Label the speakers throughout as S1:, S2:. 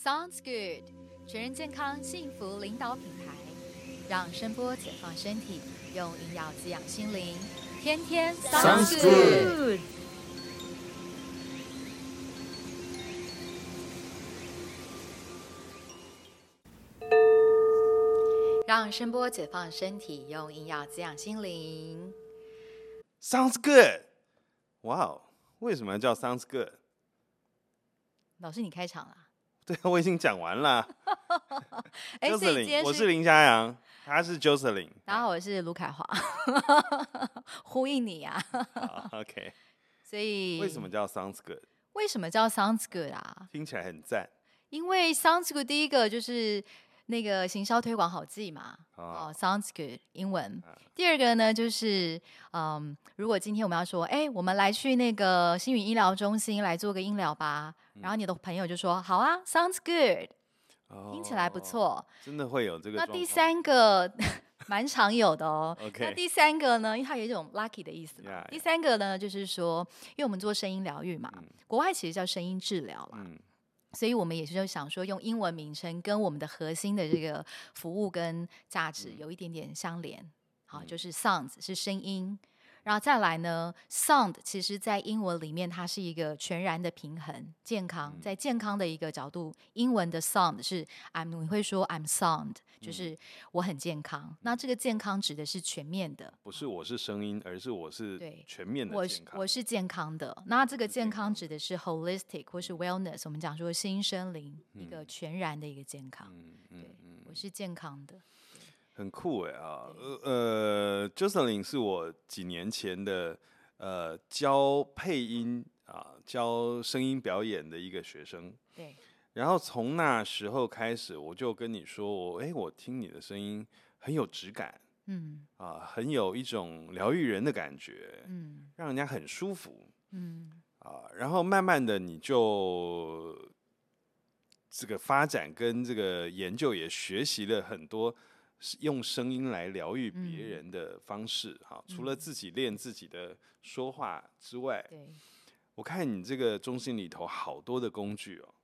S1: Sounds good，全人健康幸福领导品牌，让声波解放身体，用营养滋养心灵，天天
S2: Sounds
S1: Sounds
S2: good
S1: good。让声波解放身体，用营养滋养心灵。
S2: Sounds good。哇哦，为什么要叫 Sounds good？
S1: 老师，你开场啦！
S2: 对，啊我已经讲完了。
S1: 哎，所以今
S2: Jocelyn，
S1: 天
S2: 我是林嘉阳，他是 Jocelyn。
S1: 然后我是卢凯华， 呼应你呀、啊。
S2: 好 OK，
S1: 所以
S2: 为什么叫 Sounds good？
S1: 为什么叫 Sounds Good 啊？
S2: 听起来很赞。
S1: 因为 Sounds Good 第一个就是那个行销推广好记嘛，
S2: 哦
S1: 哦，Sounds Good 英文
S2: 啊。
S1: 第二个呢就是，嗯，如果今天我们要说，哎，我们来去那个星宇医疗中心来做个医疗吧，
S2: 嗯
S1: 然后你的朋友就说，好啊，Sounds Good，听起来不
S2: 哦，
S1: 错。
S2: 真的会有这个
S1: 那
S2: 状况。
S1: 第三个 蛮常有的哦。那
S2: OK，
S1: 第三个呢，因为它有一种 lucky 的意思嘛。
S2: Yeah,
S1: 第
S2: yeah.
S1: 三个呢，就是说，因为我们做声音疗愈嘛，
S2: 嗯
S1: 国外其实叫声音治疗啦，
S2: 嗯
S1: 所以我们也是就想说，用英文名称跟我们的核心的这个服务跟价值有一点点相连。好，就是 sounds 是声音，然后再来呢，sound 其实在英文里面它是一个全然的平衡、健康，在健康的一个角度，英文的 sound 是 I'm，你会说 I'm sound，就是我很健康。那这个健康指的是全面的，
S2: 不是我是声音，而是我是
S1: 对
S2: 全面的
S1: 我是
S2: 健康。
S1: 我是健康的，那这个健
S2: 健
S1: 康指的是 holistic 或是 wellness，我们讲说新生灵、一个
S2: 嗯
S1: 全然的一个健康。对
S2: 嗯嗯嗯，，
S1: 我是健康的。
S2: 很酷哎啊，呃呃，Jocelyn 是我几年前的呃教配音啊，教声音表演的一个学生。
S1: 对，
S2: 然后从那时候开始，我就跟你说，我哎，我听你的声音很有质感
S1: 嗯
S2: 啊，很有一种疗愈人的感觉，
S1: 嗯
S2: 让人家很舒服
S1: 嗯，
S2: 啊。然后慢慢的，你就这个发展跟这个研究也学习了很多是用声音来疗愈别
S1: 嗯
S2: 人的方式哈、除了自己练自己的说话之外，
S1: 对，
S2: 我看你这个中心里头好多的工具哦，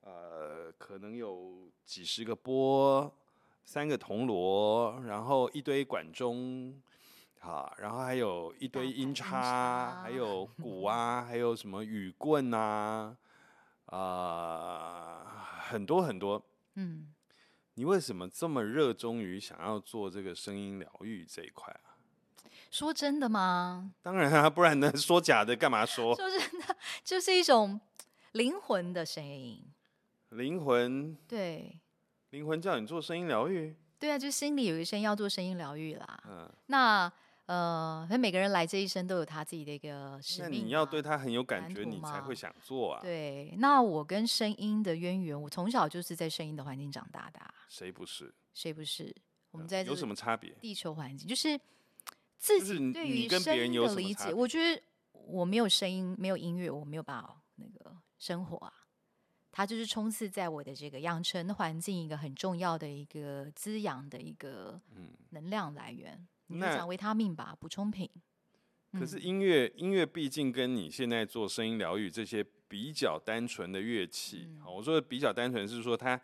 S2: 呃，可能有几十个波，三个铜锣，然后一堆管钟，啊，然后还有一堆
S1: 大管
S2: 音
S1: 音
S2: 叉，还
S1: 叉
S2: 有鼓啊，还有什么雨棍啊，啊、很多很多。
S1: 嗯。
S2: 你为什么这么热衷于想要做这个声音疗愈这一块啊？
S1: 说真的吗？
S2: 当然啊，不然呢， 说假的干嘛说？
S1: 说真的， 就是一种灵魂的声音。
S2: 灵魂，
S1: 对
S2: 灵魂叫你做声音疗愈，
S1: 对啊，就心里有一声要做声音疗愈啦。
S2: 嗯。
S1: 那呃，所以每个人来这一生都有他自己的一个使
S2: 那
S1: 命啊嘛。
S2: 你要对他很有感
S1: 蓝
S2: 觉，
S1: 图
S2: 你才
S1: 嘛
S2: 会想做啊。
S1: 对，那我跟声音的渊源，我从小就是在声音的环境长大的啊、
S2: 谁不是？
S1: 谁不是？我们
S2: 嗯
S1: 在这
S2: 有
S1: 个
S2: 什么差别？
S1: 地球环境，就是自
S2: 就是
S1: 己
S2: 你
S1: 对
S2: 你
S1: 于
S2: 跟别
S1: 声
S2: 人
S1: 音
S2: 有
S1: 的
S2: 什么
S1: 理
S2: 差
S1: 解。
S2: 别
S1: 我觉得我没有声音，没有音乐，我没有办法那个生活啊。它就是充斥在我的这个养成环境一个很重要的一个滋养的一个
S2: 嗯，
S1: 能量来源，你就
S2: 那
S1: 讲维他命吧，补充品。
S2: 可
S1: 嗯
S2: 是音乐音乐毕竟跟你现在做声音疗愈这些比较单纯的乐器，好
S1: 嗯
S2: 我说的比较单纯是说它。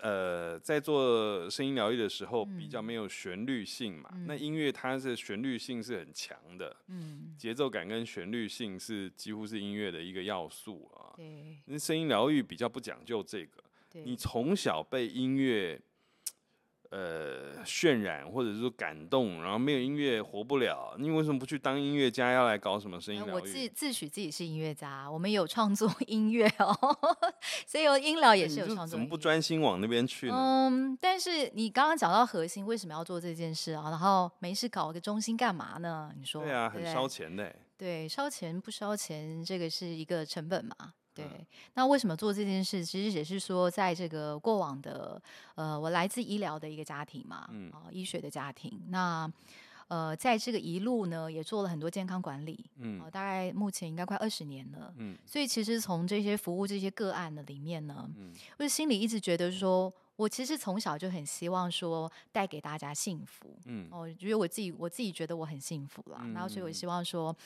S2: 呃，在做声音疗愈的时候，比较
S1: 嗯
S2: 没有旋律性嘛。那音乐它的旋律性是很强的，
S1: 嗯，
S2: 节奏感跟旋律性是几乎是音乐的一个要素啊。
S1: 对
S2: 那声音疗愈比较不讲究这个，
S1: 嗯对，
S2: 你从小被音乐呃渲染，或者是说感动，然后没有音乐活不了，你为什么不去当音乐家？要来搞什么声音
S1: 那
S2: 疗
S1: 啊呃我自
S2: 愈？
S1: 自诩自己是音乐家，我们有创作音乐哦，所以我音疗也
S2: 嗯你
S1: 是有
S2: 就
S1: 创作
S2: 怎
S1: 音乐。
S2: 么不专心往那边去呢？
S1: 嗯，但是你刚刚讲到核心，为什么要做这件事啊？然后没事搞个中心干嘛呢？你说
S2: 对啊，很
S1: 不对
S2: 烧钱的欸、
S1: 对，烧钱不烧钱，这个是一个成本嘛。对，
S2: 嗯
S1: 那为什么做这件事？其实也是说，在这个过往的，呃，我来自医疗的一个家庭嘛，
S2: 嗯
S1: 啊、医学的家庭。那呃，在这个一路呢，也做了很多健康管理，
S2: 嗯
S1: 哦，大概目前应该快二十年了。
S2: 嗯
S1: 所以其实从这些服务这些个案的里面呢，
S2: 嗯
S1: 我心里一直觉得说，我其实从小就很希望说带给大家幸福。
S2: 嗯
S1: 哦，觉得我自己我自己觉得我很幸福啦，然后所以
S2: 嗯嗯
S1: 我
S2: 嗯
S1: 希望说，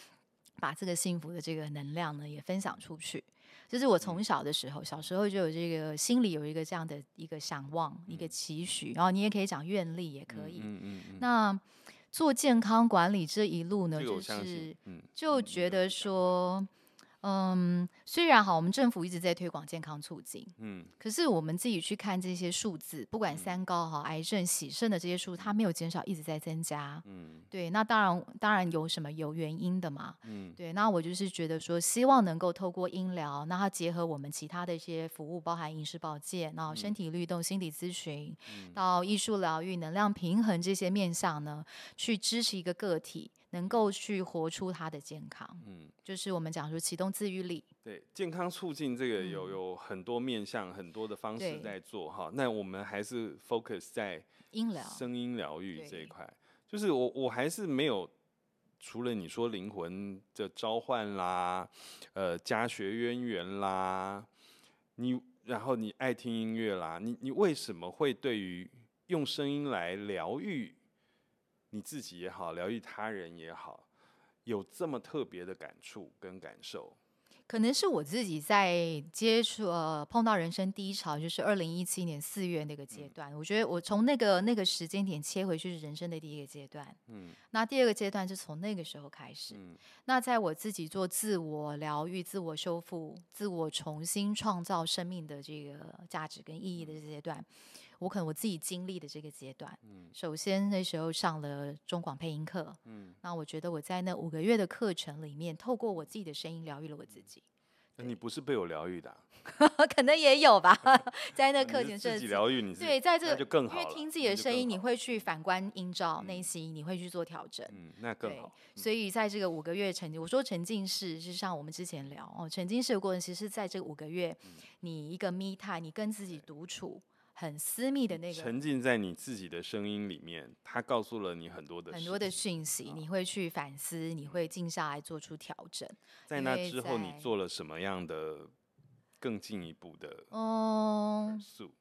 S1: 把这个幸福的这个能量呢也分享出去。就是
S2: 嗯
S1: 我从小的时候，小时候就有这个心里有一个这样的一个想望、一个期许，然后你也可以讲愿力，也可以。
S2: 嗯嗯嗯，
S1: 那做健康管理这一路呢，
S2: 这个
S1: 就
S2: 我相信
S1: 是，
S2: 嗯，
S1: 就觉得说，嗯，虽然好，我们政府一直在推广健康促进，
S2: 嗯，
S1: 可是我们自己去看这些数字，不管三高哈、癌症、喜肾的这些数，它没有减少，一直在增加。
S2: 嗯
S1: 对，那当然，当然有什么有原因的嘛。
S2: 嗯
S1: 对，那我就是觉得说，希望能够透过音疗，那它结合我们其他的一些服务，包含饮食保健，然后
S2: 嗯
S1: 身体律动、心理咨询，到艺术疗愈、能量平衡这些面向呢，去支持一个个体能够去活出他的健康，
S2: 嗯，
S1: 就是我们讲说启动自愈力。
S2: 对，健康促进这个有有很多面向、很多的方式
S1: 嗯对
S2: 在做哈。那我们还是 focus 在
S1: 音疗，
S2: 声音疗愈这一
S1: 对
S2: 块，就是我我还是没有，除了你说灵魂的召唤啦，呃，家学渊源啦，你然后你爱听音乐啦，你你为什么会对于用声音来疗愈你自己也好，疗愈他人也好，有这么特别的感触跟感受？
S1: 可能是我自己在接触呃碰到人生低潮，就是二零一七年四月那个
S2: 嗯
S1: 阶段，我觉得我从那个那个时间点切回去是人生的第一个阶段，
S2: 嗯
S1: 那第二个阶段是从那个时候开始。
S2: 嗯
S1: 那在我自己做自我疗愈、自我修复、自我重新创造生命的这个价值跟意义的这阶段，我可能我自己经历的这个阶段，
S2: 嗯
S1: 首先那时候上了中广配音课，
S2: 嗯，
S1: 那我觉得我在那五个月的课程里面，透过我自己的声音疗愈了我自己。
S2: 那你不是被我疗愈的啊、
S1: 可能也有吧， 在那
S2: 你
S1: 课
S2: 是
S1: 前
S2: 自
S1: 正
S2: 己疗愈，你是
S1: 对，在这
S2: 那
S1: 个
S2: 就更好
S1: 因
S2: 了，
S1: 为听自己
S2: 那
S1: 的
S2: 就
S1: 声
S2: 更
S1: 音，你
S2: 好
S1: 会去反观音照内
S2: 嗯
S1: 心，你会去做调整。
S2: 嗯，那更
S1: 对
S2: 好，，
S1: 所以在这个五个月沉浸，我说沉浸式，是像我们之前聊哦，沉浸式的过程，其实是在这五个月，
S2: 嗯
S1: 你一个 me time，你跟自己独处，很私密的那个
S2: 沉浸在你自己的声音里面，它告诉了你很多的
S1: 很
S2: 事
S1: 多的
S2: 情嗯
S1: 讯息，你会去反思，你会静下来做出调整。
S2: 在
S1: 因
S2: 那
S1: 为
S2: 之后，你
S1: 在
S2: 做了什么样的更进一步的
S1: 嗯，
S2: 素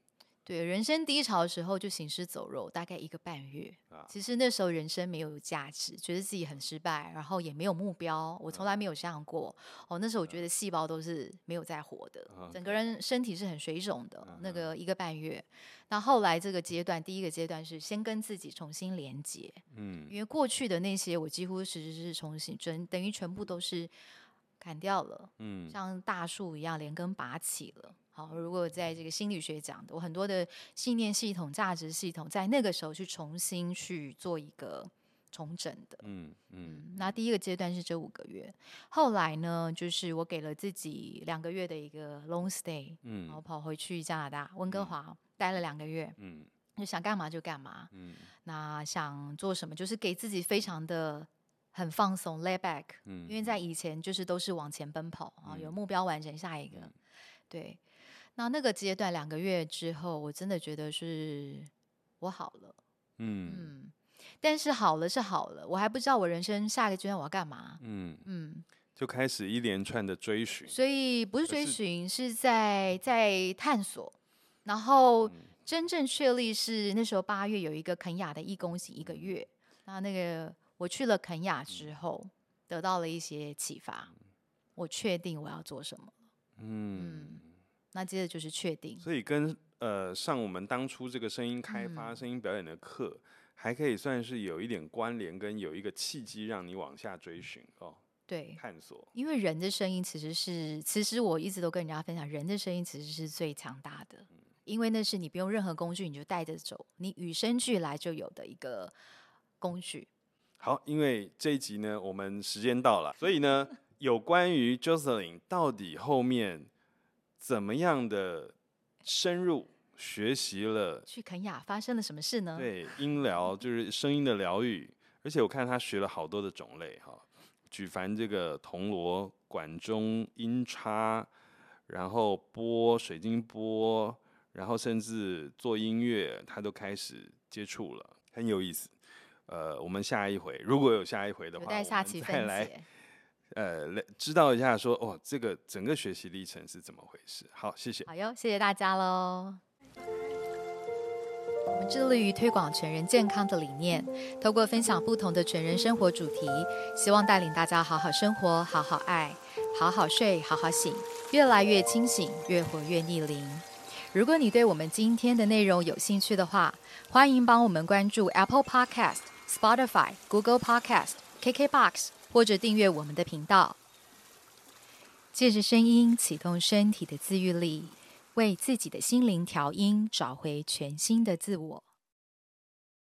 S1: 对，人生低潮的时候就行尸走肉，大概一个半月。
S2: 啊？
S1: 其实那时候人生没有价值，觉得自己很失败，然后也没有目标，我
S2: 嗯
S1: 从来没有想过。哦，那时候我觉得细胞都是没有在活的，
S2: 啊
S1: 整个人身体是很水肿的。
S2: 嗯
S1: 那个一个半月，那后来这个阶段，第一个阶段是先跟自己重新连接，
S2: 嗯
S1: 因为过去的那些我几乎实质是重新，真等于全部都是砍掉了。
S2: 嗯
S1: 像大树一样连根拔起了。好，如果在这个心理学讲的，我很多的信念系统、价值系统，在那个时候去重新去做一个重整的。
S2: 嗯嗯
S1: 嗯，那第一个阶段是这五个月，后来呢，就是我给了自己两个月的一个 long stay，然后
S2: 嗯
S1: 跑回去加拿大温哥华、待了两个月，
S2: 嗯
S1: 就想干嘛就干嘛，
S2: 嗯
S1: 那想做什么就是给自己非常的很放松 lay back，
S2: 嗯，
S1: 因为在以前就是都是往前奔跑啊，有目标完成下一个。
S2: 嗯
S1: 对，那那个阶段两个月之后，我真的觉得是我好了，
S2: 嗯
S1: 嗯，但是好了是好了，我还不知道我人生下一个阶段我要干嘛，
S2: 嗯，
S1: 嗯，
S2: 就开始一连串的追寻，
S1: 所以不是
S2: 可
S1: 追
S2: 是
S1: 寻，是在在探索，然后
S2: 嗯
S1: 真正确立是那时候八月有一个肯雅的义工行一个
S2: 嗯
S1: 月，那那个我去了肯雅之后，得到了一些启发，我确定我要做什么，
S2: 嗯，
S1: 那接着就是确定。
S2: 所以跟呃上我们当初这个
S1: 嗯
S2: 声音开发、声音表演的课，还可以算是有一点关联，跟有一个契机让你往下追寻哦，
S1: 对，
S2: 探索。
S1: 因为人的声音其实是，其实我一直都跟人家分享，人的声音其实是最强大的，
S2: 嗯
S1: 因为那是你不用任何工具，你就带着走，你与生俱来就有的一个工具。
S2: 好，因为这一集呢，我们时间到了，所以呢，有关于 Jocelyn 到底后面怎么样的深入学习了
S1: 去肯雅发生了什么事呢？
S2: 对音疗，就是声音的疗愈，而且我看他学了好多的种类哈，举凡这个铜锣、管钟、音叉，然后波、水晶波，然后甚至做音乐，他都开始接触了，很有意思。呃，我们下一回如果有下一回的
S1: 有
S2: 话，
S1: 待
S2: 我
S1: 下
S2: 们
S1: 期
S2: 再
S1: 分
S2: 来
S1: 解。
S2: 呃来知道一下说哦，这个整个学习历程是怎么回事。好，谢谢。
S1: 好哟，谢谢大家喽。我们致力于推广全人健康的理念，透过分享不同的全人生活主题，希望带领大家好好生活、好好爱、好好睡、好好醒，越来越清醒，越活越逆龄。如果你对我们今天的内容有兴趣的话，欢迎帮我们关注 Apple Podcast、Spotify、Google Podcast、KKBox，或者订阅我们的频道。借着声音启动身体的自愈力，为自己的心灵调音，找回全新的自我。